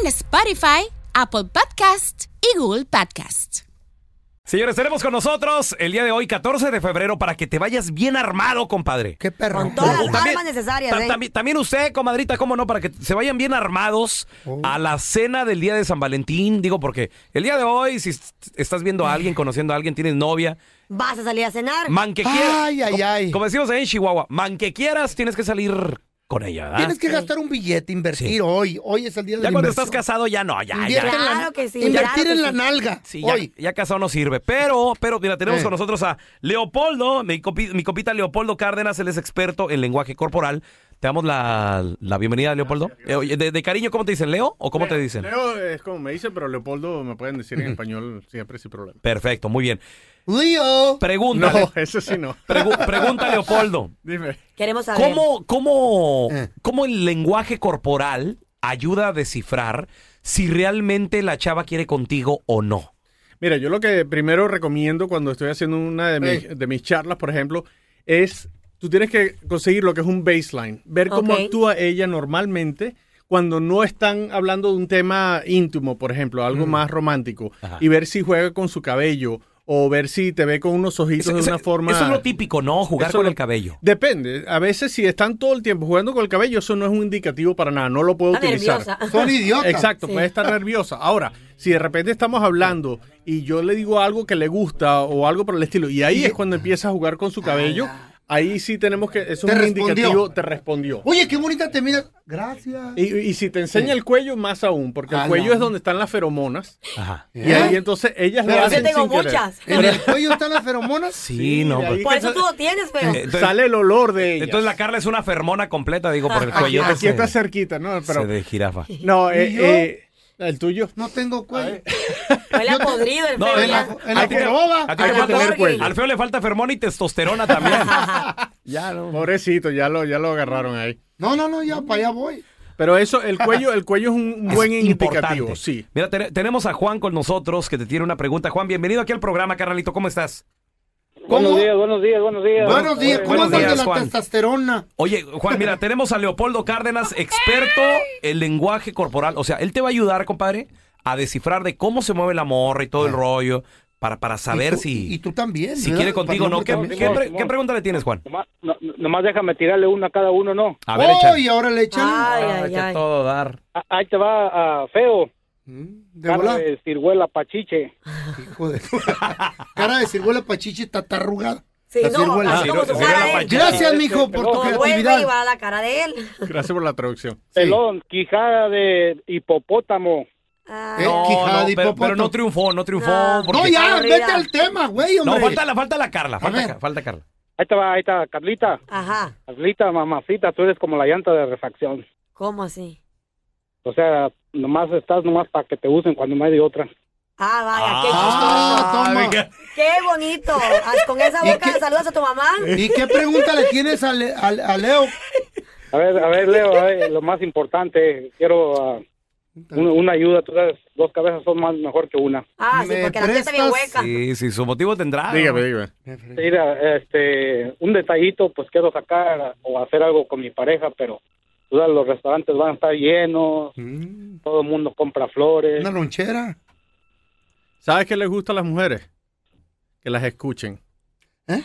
en Spotify, Apple Podcast y Google Podcast. Señores, tenemos con nosotros el día de hoy, 14 de febrero, para que te vayas bien armado, compadre. Oh, Qué perro. Con todas las También- armas necesarias, Ta- ¿eh? tambi- También usted, comadrita, cómo no, para que se vayan bien armados a la cena del día de San Valentín. Digo, porque el día de hoy, si est- estás viendo a alguien, conociendo a alguien, tienes novia, ¿Vas a salir a cenar? man que quieras. Ay, ay, ay. Como decimos en Chihuahua, man que quieras, tienes que salir con ella, ¿verdad? Tienes que gastar un billete, invertir Ah, Sí. hoy. Hoy es el día de Ya cuando estás casado, ya no, ya, ya. Invierte Claro que sí, Invertir claro que en la sí. nalga. Sí, ya, hoy. ya casado no sirve. Pero, pero, mira, tenemos Eh. con nosotros a Leopoldo, mi, copi- mi copita Leopoldo Cárdenas, él es experto en lenguaje corporal. Te damos la, la bienvenida, Leopoldo. Eh, oye, de, de cariño, ¿cómo te dicen? ¿Leo o cómo te dicen? Leo es como me dicen, pero Leopoldo me pueden decir en español siempre sin problema. Perfecto, muy bien. Leo. Pregunta, No, eso sí no. pregu- pregunta Leopoldo. Dime. Queremos saber. ¿Cómo, cómo, Eh. cómo el lenguaje corporal ayuda a descifrar si realmente la chava quiere contigo o no? Mira, yo lo que primero recomiendo cuando estoy haciendo una de mis, Ey. de mis charlas, por ejemplo, es tú tienes que conseguir lo que es un baseline, ver cómo Ok. actúa ella normalmente cuando no están hablando de un tema íntimo, por ejemplo, algo más romántico, Mm. Ajá. y ver si juega con su cabello o ver si te ve con unos ojitos de una forma. eso es lo típico, ¿no? Jugar Eso con lo- el cabello. Depende. A veces si están todo el tiempo jugando con el cabello, eso no es un indicativo para nada. No lo puedo Está utilizar. nerviosa. Son idiotas. Exacto, Sí. puede estar nerviosa. Ahora, si de repente estamos hablando y yo le digo algo que le gusta o algo por el estilo, y ahí es cuando empieza a jugar con su cabello, ahí sí tenemos que. Eso Te es un respondió. indicativo, te respondió. Oye, qué bonita te miras. Gracias. Y, y si te enseña el cuello, más aún, porque el Ah, cuello no. ¿Eh? es donde están las feromonas. Ajá. Y ahí entonces ellas lo Pero hacen yo tengo sin querer. muchas. ¿En el cuello están las feromonas? Sí, Sí, no. de pues. ahí Por que eso sa- tú lo tienes, pero. Eh, entonces- Sale el olor de ellas. Entonces la Carla es una fermona completa, digo, por el aquí, cuello aquí está cerquita, ¿no? Pero, de jirafa. No, eh, ¿Y yo? eh, el tuyo. No tengo cuello. Huele a podrido el feo en ya. la- en la a ti te- joroba. a ti Hay te que falta- tener cuello. Al feo le falta fermona y testosterona también. Pobrecito, ya lo, ya lo agarraron ahí. No, no, no, ya para allá voy. Pero eso, el cuello, el cuello es un buen Es indicativo, importante. sí. Mira, te- tenemos a Juan con nosotros que te tiene una pregunta. Juan, bienvenido aquí al programa, carnalito. ¿Cómo estás? ¿Cómo? Buenos días, buenos días, buenos días. Buenos días, ¿cómo Buenos andas de días, la Juan. testosterona? Oye, Juan, mira, tenemos a Leopoldo Cárdenas, experto en lenguaje corporal. O sea, él te va a ayudar, compadre, a descifrar de cómo se mueve la morra y todo el rollo para, para saber Y tú- si, Y tú también. si ¿verdad? quiere contigo o no. Para ¿Qué, el hombre qué también. pre- qué pregunta le tienes, Juan? Nomás, no- nomás déjame tirarle una a cada uno, ¿no? A ver, échale. ¡Ay, ahora le echan! Ay, Ah, ay, que ay. todo dar. A- ahí te va ah, feo. De Cara volá. de ciruela pachiche. Hijo de... Cara de ciruela pachichi está tarrugada. Sí, La no, ciruela. así como su Sí, cara sí, de sí, él. Gracias, mijo, por tu Como vuelve y creatividad. va a la cara de él. Gracias por la traducción. Pelón, quijada de hipopótamo. Ah, Eh, quijada No, de no, pero, hipopótamo. pero no triunfó, no triunfó. No. porque- No, ya, Aburrida. vete al tema, güey, No, hombre. falta la, falta la Carla, falta, ver. Ca- falta Carla. Ahí te va, ahí está, Carlita. Ajá. Carlita, mamacita, tú eres como la llanta de refacción. ¿Cómo así? O sea, nomás estás nomás para que te usen cuando no hay de otra. Ah, vaya, qué Ah, chistoso. toma. venga. Qué bonito. Ah, Con esa ¿Y boca qué- saludas a tu mamá. ¿Y qué pregunta le tienes a, Le- a- a Leo? A ver, a ver, Leo, a ver, lo más importante, quiero ah, un- una ayuda. Tú sabes, dos cabezas son más mejor que una. Ah, sí, ¿Me porque la tía está bien prestas? hueca. Sí, sí, su motivo tendrá. Dígame, dígame. Mira, este, un detallito, pues quiero sacar o hacer algo con mi pareja, pero tú sabes, los restaurantes van a estar llenos, Mm, todo el mundo compra flores. Una lonchera. ¿Sabes qué les gusta a las mujeres? Que las escuchen. ¿Eh?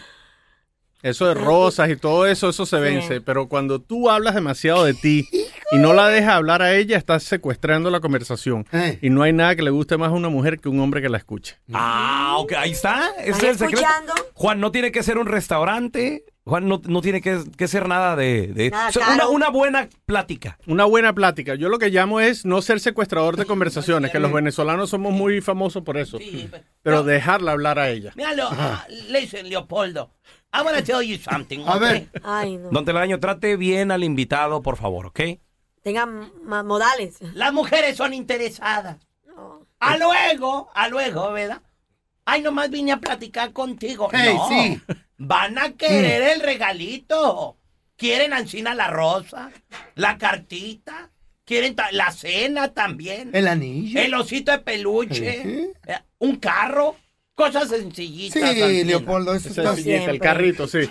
Eso de rosas y todo eso, eso se Sí. vence. Pero cuando tú hablas demasiado de ti y no la deja hablar a ella, está secuestrando la conversación. Eh. Y no hay nada que le guste más a una mujer que un hombre que la escuche. Ah, ok, ahí está. Ese es ¿Están el secreto. escuchando? Juan, no tiene que ser un restaurante. Juan, no, no tiene que, que ser nada de... de- Nada o sea, caro. una, una buena plática. Una buena plática. Yo lo que llamo es no ser secuestrador de conversaciones, que los venezolanos somos muy famosos por eso. Sí, pues, pero- Pero dejarla hablar a ella. Mira, lo, listen, Leopoldo. I want to tell you something. A ver. okay? Ay, no. Don Telaraño, trate bien al invitado, por favor, ¿ok? Tengan más modales. Las mujeres son interesadas. No. A luego, a luego, ¿verdad? Ay, nomás vine a platicar contigo. Hey, no, sí. van a querer el Mm. regalito. Quieren Ancina la rosa, la cartita, quieren ta- la cena también, el, El anillo. osito de peluche, Ujú. eh, un carro, cosas sencillitas. Sí, Ancina. Leopoldo, eso Esa está es siguiente, el siempre. carrito, sí.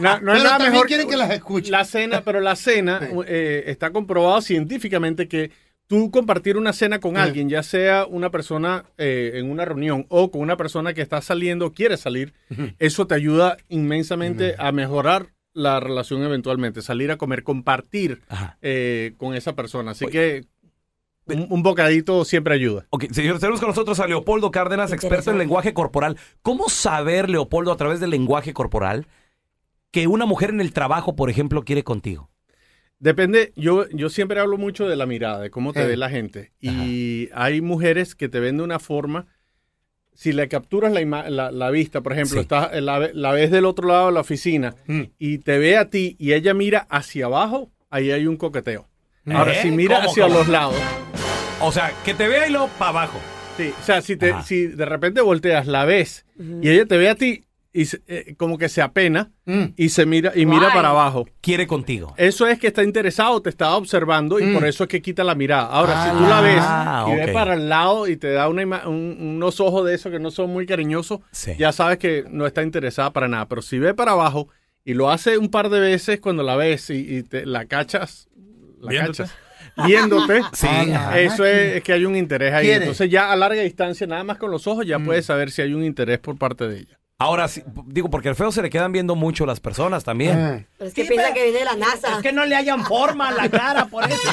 No, no Pero es nada también mejor quieren que las escuche. Ah. La cena, pero la cena Sí. eh, está comprobado científicamente que tú compartir una cena con Sí. alguien, ya sea una persona eh, en una reunión o con una persona que está saliendo o quiere salir, eso te ayuda inmensamente a mejorar la relación eventualmente, salir a comer, compartir Ajá. eh, con esa persona. Así que un, un bocadito siempre ayuda. Ok, señor, tenemos con nosotros a Leopoldo Cárdenas, experto en Interesante. lenguaje corporal. ¿Cómo saber, Leopoldo, a través del lenguaje corporal, que una mujer en el trabajo, por ejemplo, quiere contigo? Depende, yo, yo siempre hablo mucho de la mirada, de cómo te Eh. ve la gente. Y hay mujeres que te ven de una forma, si le capturas la, ima- la, la vista, por ejemplo, Sí. estás, la, ve- la ves del otro lado de la oficina Mm. y te ve a ti y ella mira hacia abajo, ahí hay un coqueteo. Ahora, ¿Eh? si mira ¿Cómo, hacia cómo? los lados, O sea, que te vea y luego para abajo. sí, o sea, si, te- Ajá. si de repente volteas, la ves y ella te ve a ti y se- eh, como que se apena Mm. y se mira y mira Guay. para abajo. Quiere contigo. Eso es que está interesado, te está observando y Mm. por eso es que quita la mirada. Ahora, Ah, si tú la ves y ok. ves para el lado y te da una ima- un- unos ojos de esos que no son muy cariñosos, Sí. ya sabes que no está interesada para nada. Pero si ve para abajo y lo hace un par de veces cuando la ves y, y te, la cachas, la Viéndote. cachas, viéndote, ah, Sí. A la eso máquina. es, es que hay un interés ahí. Quiere. Entonces ya a larga distancia, nada más con los ojos, ya puedes saber si hay un interés por parte de ella. Ahora, sí, digo, porque al feo se le quedan viendo mucho las personas también. Ah. Pero es que Sí, piensa pero- que viene de la NASA. Es que no le hayan forma a la cara, por eso.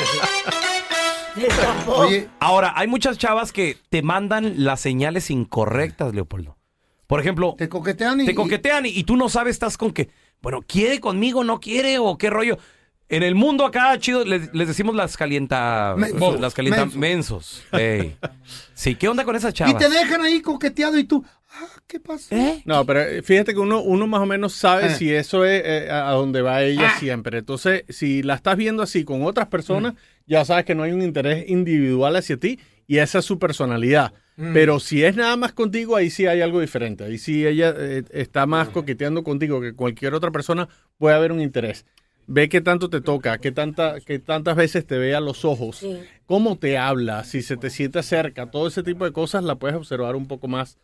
Oye, Ahora, hay muchas chavas que te mandan las señales incorrectas, Leopoldo. Por ejemplo, te coquetean y. te coquetean y, y tú no sabes, estás con que, bueno, ¿quiere conmigo, no quiere o qué rollo? En el mundo acá, chido, les, les decimos las calienta... Mensos. Las calienta... Mensos. Mensos. Ey. Sí, ¿qué onda con esas y chavas? te dejan ahí coqueteado y tú. Ah, ¿qué pasó? ¿Eh? No, pero eh, fíjate que uno, uno más o menos sabe Eh. si eso es eh, a a dónde va ella siempre. Entonces, si la estás viendo así con otras personas, ya sabes que no hay un interés individual hacia ti y esa es su personalidad. Pero si es nada más contigo, ahí sí hay algo diferente. Ahí sí ella eh, está más coqueteando contigo que cualquier otra persona, puede haber un interés. Ve qué tanto te toca, qué, tanta, qué tantas veces te ve a los ojos, Sí. cómo te habla, si se te siente cerca, todo ese tipo de cosas la puedes observar un poco más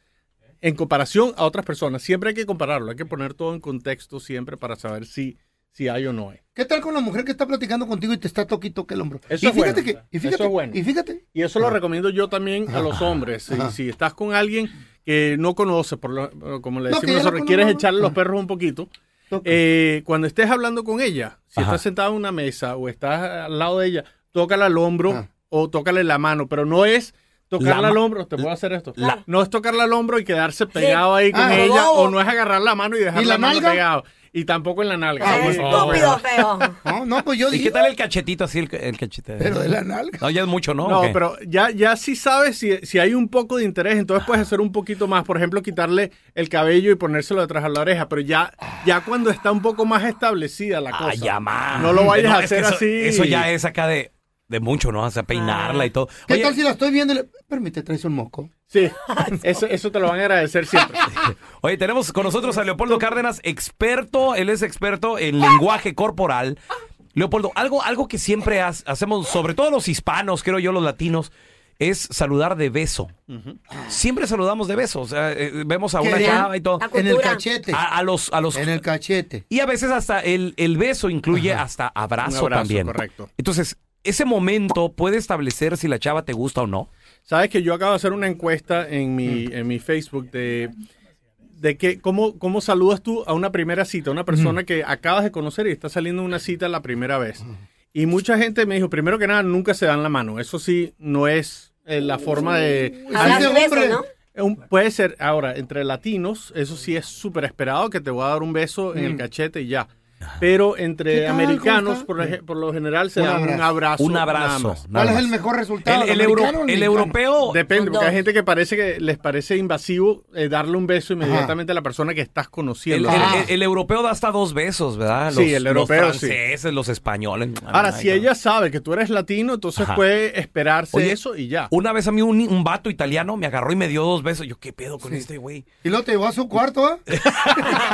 en comparación a otras personas. Siempre hay que compararlo, hay que poner todo en contexto siempre para saber si, si hay o no hay. ¿Qué tal con la mujer que está platicando contigo y te está toquito que el hombro? Eso y es fíjate bueno. que. Y fíjate, Eso es bueno. Y fíjate. Y eso lo recomiendo yo también a los hombres. Si, si estás con alguien que no conoce, por lo- como le No, que decimos ya lo nosotros, quieres conoce. echarle los perros un poquito, Toca. eh, cuando estés hablando con ella, si Ajá. estás sentado en una mesa o estás al lado de ella, tócala al hombro Ah. o tócale la mano, pero no es tocarla La al ma- hombro, te puedo hacer esto. la- No es tocarla al hombro y quedarse pegado ahí con Ah. ella, Bobo. o no es agarrar la mano y dejar ¿Y la, la mano nalga? pegado. Y tampoco en la nalga. Ah, Eres Sí, bueno. estúpido, feo. No, no, pues yo ¿Y dije. qué tal el cachetito así, el, ca- el cachete? Pero de la nalga. No, ya es mucho, ¿no? ¿O No, qué? pero ya, ya sí sabes si, si hay un poco de interés, entonces puedes hacer un poquito más. Por ejemplo, quitarle el cabello y ponérselo detrás de la oreja. Pero ya, ya cuando está un poco más establecida la cosa. Ah, ya, man. No lo vayas a es que hacer eso- así. Eso ya es acá de, de mucho, ¿no? O sea, peinarla y todo. ¿Qué Oye, tal si la estoy viendo y le. Permite, traes un moco. Sí, eso, eso te lo van a agradecer siempre. Oye, tenemos con nosotros a Leopoldo Cárdenas, experto, él es experto en lenguaje corporal. Leopoldo, algo, algo que siempre has- hacemos, sobre todo los hispanos, creo yo, los latinos, es saludar de beso. Siempre saludamos de beso, o sea, eh, vemos a una ¿Qué? chava y todo. La En el cultura. cachete. A, a los, a los En el cachete. y a veces hasta el, el beso incluye hasta abrazo, Un abrazo, también. correcto. Entonces, ese momento puede establecer si la chava te gusta o no. Sabes que yo acabo de hacer una encuesta en mi, Mm. en mi Facebook de, de que, ¿cómo, cómo Mm. saludas tú a una primera cita, a una persona que acabas de conocer y está saliendo a una cita la primera vez. Y mucha gente me dijo, primero que nada, nunca se dan la mano. Eso sí, no es eh, la forma de... Uy, Hablar Ese de beso, hombre. ¿no? Eh, un- puede ser, ahora, entre latinos, eso sí es súper esperado que te voy a dar un beso Mm. en el cachete y ya. Pero ¿Qué entre tal? ¿Cómo americanos, está? por, ej- por lo general, se Un dan un abrazo. abrazo. Un nada abrazo. más. nada ¿Cuál es más. el mejor resultado? El- el euro- americano o el mexicano? europeo Depende, Son porque hay dos. gente que parece que les parece invasivo eh, darle un beso inmediatamente a la persona que estás El, conociendo. el- Ah. el- el europeo da hasta dos besos, ¿verdad? Los, Sí, el europeo, Los sí. franceses, los españoles. Ahora, Ay, si no. ella sabe que tú eres latino, entonces Ajá. puede esperarse Oye, eso y ya. Una vez a mí un, un vato italiano me agarró y me dio dos besos. Yo, ¿qué pedo con este güey? Y luego te llevó a su cuarto, ¿ah?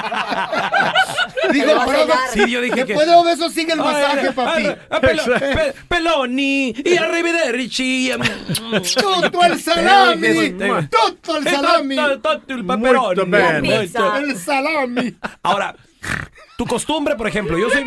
Dijo, Te va a pero cegar. Sí, yo dije que... después de dos besos sigue el masaje, Ay, papi. ay, ay, pelo- pe- peloni y arrivederci. Tutto el salami. Tutto el salami. Tutto il peperoni. Molto bene. Molto- Pizza. El salami. Ahora, tu costumbre, por ejemplo, yo soy,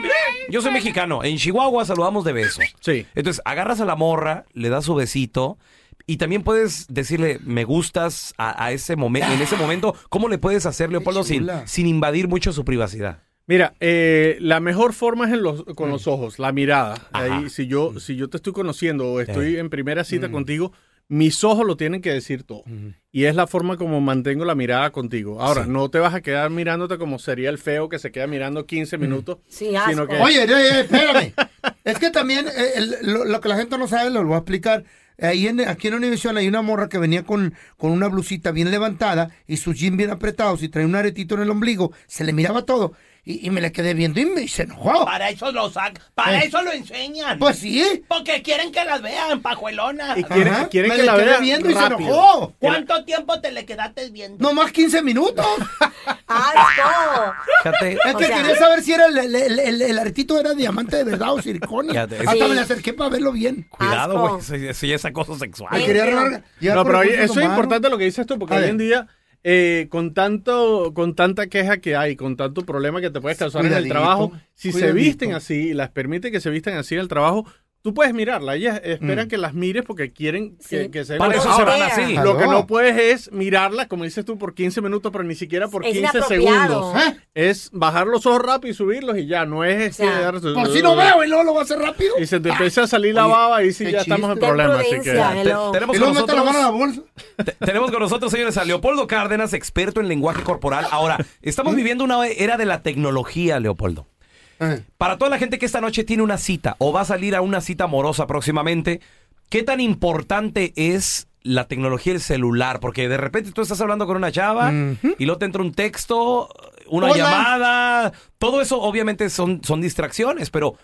yo soy mexicano. En Chihuahua saludamos de besos. Sí. Entonces, agarras a la morra, le das su besito. Y también puedes decirle, me gustas a, a ese momento, en ese momento, ¿cómo le puedes hacer, Leopoldo, sin, chula. sin invadir mucho su privacidad? Mira, eh, la mejor forma es en los, con Mm. los ojos, la mirada. Ajá. Ahí, si yo, si yo te estoy conociendo o estoy en primera cita Mm. contigo, mis ojos lo tienen que decir todo. Y es la forma como mantengo la mirada contigo. Ahora, Sí. no te vas a quedar mirándote como sería el feo que se queda mirando 15 minutos. Mm. Sí, asco. sino que- Oye, eh, eh, espérame. Es que también eh, el- lo, lo que la gente no sabe, lo voy a explicar. Ahí en- aquí en Univision hay una morra que venía con, con una blusita bien levantada y sus jeans bien apretados y traía un aretito en el ombligo. Se le miraba todo. Y, y me le quedé viendo y me- y se enojó. Para eso lo sacan, para Eh. eso lo enseñan. Pues sí. Porque quieren que las vean, pajuelonas. Y quieren- Ajá. quieren me que le la quedé vea viendo y se rápido. enojó. ¿Cuánto tiempo te le quedaste viendo? No más 15 minutos. Ah, ¡Asco! Fíjate, Es O que sea- quería saber si era el, el- el- el- el aretito era diamante de verdad o circonio. Ya te- Hasta Sí. me le acerqué para verlo bien. cuidado, Asco. güey, si- si es acoso sexual. Me quería arreglar- llegar No, con pero el oye, pulso eso es tomado. importante lo que dices tú, porque A hoy ver. en día, eh, con tanto, con tanta queja que hay, con tanto problema que te puedes causar en el Cuidadito, trabajo, si se cuidadito. visten así y las permite que se vistan así en el trabajo, tú puedes mirarla. Ellas Mm. esperan que las mires porque quieren que, Sí. que se Para vean. eso se Ahora, van así. Ajá. Lo que Aló. no puedes es mirarla, como dices tú, por 15 minutos, pero ni siquiera por Es 15 inapropiado. segundos. ¿Eh? Es bajar los ojos rápido y subirlos y ya, no es... sea, este- Por si no veo y luego lo va a hacer rápido. Y se te empieza a salir la baba y sí, qué ya estamos en chiste. problemas. Así que... Prudencia, Te- hello. tenemos Y con luego mete la mano a la nosotros- bolsa. Te- Tenemos con nosotros, señores, a Leopoldo Cárdenas, experto en lenguaje corporal. Ahora, estamos viviendo una era de la tecnología, Leopoldo. Eh. Para toda la gente que esta noche tiene una cita o va a salir a una cita amorosa próximamente, ¿qué tan importante es la tecnología del celular? Porque de repente tú estás hablando con una chava y luego te entra un texto, una Hola. llamada. Todo eso obviamente son, son distracciones, pero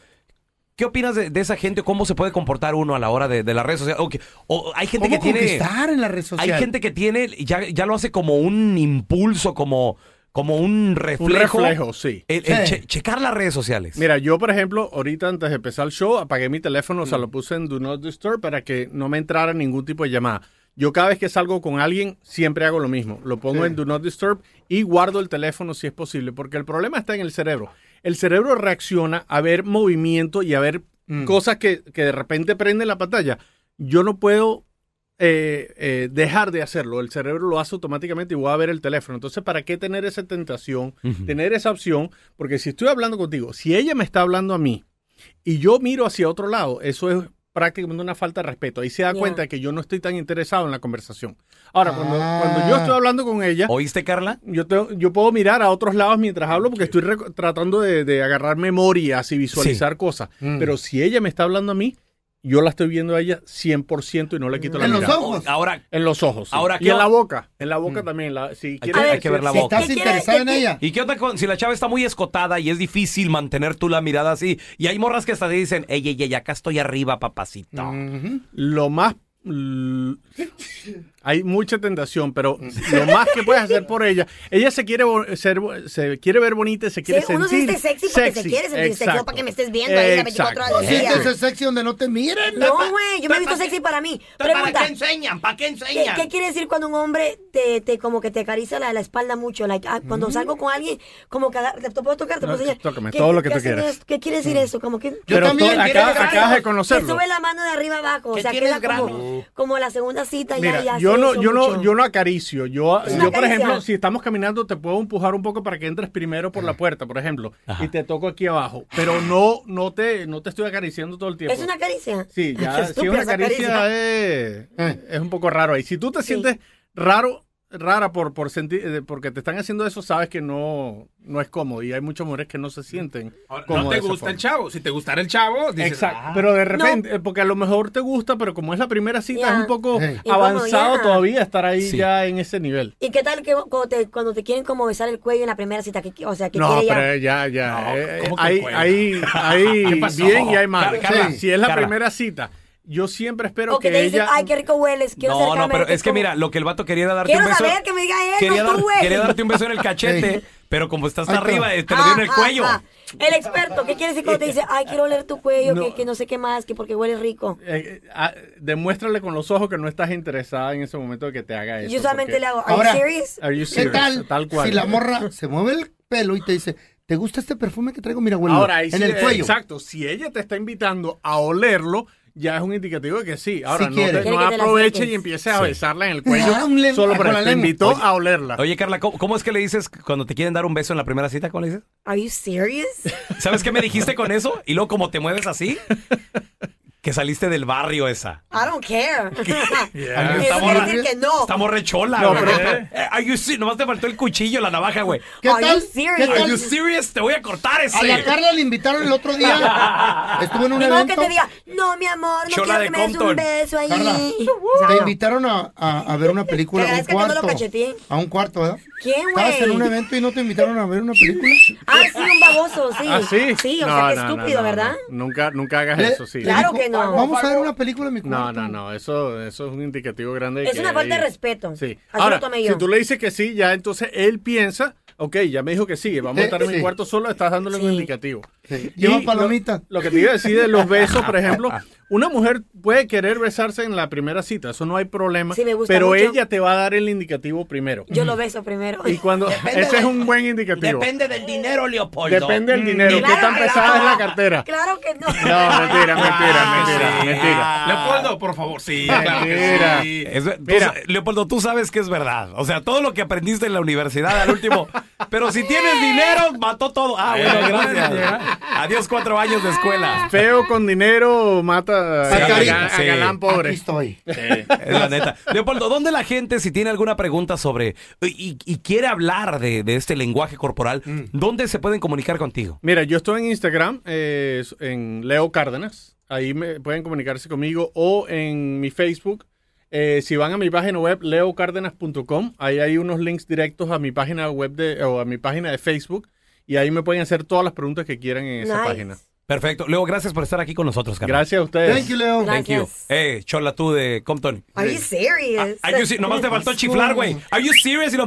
¿qué opinas de, de esa gente? ¿Cómo se puede comportar uno a la hora de, de las redes sociales? O, que- o hay gente ¿Cómo que tiene... conquistar en la red social? Hay gente que tiene, ya, ya lo hace como un impulso, como, como un Un reflejo. reflejo, sí. El- el Sí. che- checar las redes sociales. Mira, yo por ejemplo, ahorita antes de empezar el show, apagué mi teléfono, o sea, lo puse en Do Not Disturb para que no me entrara ningún tipo de llamada. Yo cada vez que salgo con alguien, siempre hago lo mismo. Lo pongo en Do Not Disturb y guardo el teléfono si es posible, porque el problema está en el cerebro. El cerebro reacciona a ver movimiento y a ver cosas que, que de repente prende la pantalla. Yo no puedo eh, eh, dejar de hacerlo. El cerebro lo hace automáticamente y voy a ver el teléfono. Entonces, ¿para qué tener esa tentación, Mm. tener esa opción? Porque si estoy hablando contigo, si ella me está hablando a mí y yo miro hacia otro lado, eso es prácticamente una falta de respeto. Ahí se da Ya. cuenta que yo no estoy tan interesado en la conversación. Ahora, cuando, Ah. cuando yo estoy hablando con ella, ¿Oíste, Carla? yo, te- yo puedo mirar a otros lados mientras hablo porque estoy reco- tratando de, de agarrar memorias y visualizar cosas. Mm. Pero si ella me está hablando a mí, yo la estoy viendo a ella 100% y no le quito la En los mirada. ojos. Ahora, En los ojos. sí. Ahora, y ¿qué en o- la boca. En la boca también. la- si hay, quieres hay ver, que ver la Si boca. estás ¿Qué interesada en quieres? ella. ¿Y qué onda con- si la chava está muy escotada y es difícil mantener tú la mirada así? Y hay morras que hasta te dicen, ey, ey, ey, acá estoy arriba, papacito. Mm. Lo más... l- Hay mucha tentación, pero lo más que puedes hacer por ella, ella se quiere bo- ser, bo- se quiere ver bonita, y se quiere Sí, uno sentir se viste sexy porque se quiere sentir sexy, no exacto. para que me estés viendo ahí las 24 horas del día. Exacto. Siéntese sexy donde no te miren. No, güey, yo me he visto sexy para mí. Entonces, Pregunta, ¿Para qué enseñan? ¿Para qué ¿qué, enseñan? qué quiere decir cuando un hombre te, te como que te acaricia la, la espalda mucho? Like, ah, cuando salgo con alguien, como que agar- te puedo tocar, te Mm. No, puedo enseñar. tócame, ¿Qué- todo lo que qué tú hacen quieras. es- ¿Qué quiere decir eso? Como que... Yo Pero también todo- quiero acá- grano. acabas de Que conocerlo. sube la mano de arriba abajo. O Que sea, que tienes era como, como la segunda cita ya, Mira, ya yo no, eso yo no, mucho. yo no acaricio. Yo, Es una yo por caricia. ejemplo, si estamos caminando, te puedo empujar un poco para que entres primero por la puerta, por ejemplo, y te toco aquí abajo. Pero no, no te, no te estoy acariciando todo el tiempo. Es una caricia. Sí, Qué ya, si estúpida una esa caricia eh, eh, es un poco raro ahí. Si tú te Sí. sientes raro, rara por, por sentir, eh, porque te están haciendo eso, sabes que no, no es cómodo. Y hay muchas mujeres que no se sienten. Ahora, no cómodas te de esa gusta el forma. chavo. Si te gustara el chavo, dices, Exacto, "Ah". pero de repente, eh, porque a lo mejor te gusta, pero como es la primera cita, Ya. es un poco Sí. Y avanzado bueno, ya. todavía estar ahí Sí. ya en ese nivel. ¿Y qué tal que cuando te, cuando te quieren como besar el cuello en la primera cita? Que, o sea, que No, quiere ya... pero ya, ya. No, eh, ¿cómo que hay, cuelga? hay, hay ¿Qué pasó? bien y hay mal. Car- Carla, si es la Carla. primera cita, yo siempre espero o que, que, te dicen, ella... ay, qué rico hueles, quiero No, acercarme no, a pero ti", es que como- mira, lo que el vato quería era darte Quiero un beso. saber que me diga él, no quería, tú, güey. quería darte un beso en el cachete, Sí. pero como estás Ay, pero- arriba, eh, te lo dio en el Ajá, cuello. ajá. El experto, ¿qué quiere decir cuando te dice, ay, quiero oler tu cuello, No. Que, que no sé qué más, que porque huele rico? eh, eh, ah, demuéstrale con los ojos que no estás interesada en ese momento de que te haga eso. Yo solamente porque- le hago, ¿are Ahora- you serious? Are you ¿Qué serious? tal, cual. si la morra se mueve el pelo y te dice, ¿te gusta este perfume que traigo? Mira, huele Ahora, ahí en sí, el eh, cuello. Exacto. Si ella te está invitando a olerlo, ya es un indicativo de que sí. Ahora, Sí no, quiere. te- Quiere no que te la aproveche acerques. y empiece a Sí. besarla en el cuello. Ah, un lem- solo con para la te lengua. invitó a olerla. Oye, Carla, ¿cómo, cómo es que le dices cuando te quieren dar un beso en la primera cita? ¿Cómo le dices? ¿Are you serious? ¿Sabes qué me dijiste con eso? Y luego, como te mueves así, que saliste del barrio esa. I don't care. Yeah. Eso Está quiere morra- decir que no. Estamos rechola, No, güey. pero- Eh, are you se- Nomás te faltó el cuchillo, la navaja, güey. ¿Qué Are tal? you serious? ¿Qué Are you tal? serious? Te voy a cortar ese. A la Carla le invitaron el otro día. Estuvo en un Ni modo que evento. te diga, no, mi amor, no Chola quiero de que me des un Compton. beso ahí. Carla, O sea, Te no. invitaron a, a- a ver una película Te a un agradezco que no lo cuarto. cacheteé. A un cuarto, ¿verdad? ¿Quién, Estabas en un güey? evento y no te invitaron a ver una película. Ah, sí, un baboso, sí. ¿Ah, sí? Sí, o No, sea, qué no, no, estúpido, no, ¿verdad? no. Nunca, nunca hagas Le- Ah, eso, sí. le Claro dijo, que no. Vamos a ver una película en mi No, cuarto. no, no, eso, eso es un indicativo grande. de Es que una falta de ahí- respeto. Sí. Así Ahora, lo tomé yo. si tú le dices que sí, ya entonces él piensa, ok, ya me dijo que sí, vamos a Eh, estar en mi sí. cuarto solo, estás dándole Sí. un indicativo. Sí. Y Lleva lo- palomitas. Lo, que te iba a decir de los besos, por ejemplo, una mujer puede querer besarse en la primera cita, eso no hay problema, Sí, me gusta pero mucho. ella te va a dar el indicativo primero. Yo lo beso primero. Y cuando Depende ese de- es un buen indicativo. Depende Depende, del dinero, Leopoldo. del dinero, Claro qué tan que pesada no. es la cartera. Claro que no. No, mentira, Ah, mentira, mentira, sí. Ah. mentira. Leopoldo, por favor, sí, claro que Mentira. sí. Eso- tú Mira. sa- Leopoldo, tú sabes que es verdad. O sea, todo lo que aprendiste en la universidad al último. Pero si tienes dinero, mató todo. Ah, bueno, gracias. Adiós, cuatro años de escuela. Ah. Feo con dinero mata a, Sí, a ga- sí. a galán pobre. Aquí estoy. Es la neta. Leopoldo, ¿dónde la gente, si tiene alguna pregunta sobre y, y- y quiere hablar de, de este lenguaje corporal, Mm. dónde se pueden comunicar contigo? Mira, yo estoy en Instagram, eh, en Leo Cárdenas. Ahí me pueden comunicarse conmigo o en mi Facebook. Eh, si van a mi página web, leocárdenas.com, ahí hay unos links directos a mi página web de, o a mi página de Facebook. Y ahí me pueden hacer todas las preguntas que quieran en esa Nice. página. Perfecto. Leo, gracias por estar aquí con nosotros, carnal. Gracias a ustedes. Thank you, Leo. Thank you. Eh, chola tú de Compton. Are you serious? Ah, Are you se- nomás te faltó chiflar, güey. Are you serious? Y lo-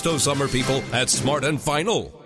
summer people, at Smart and Final.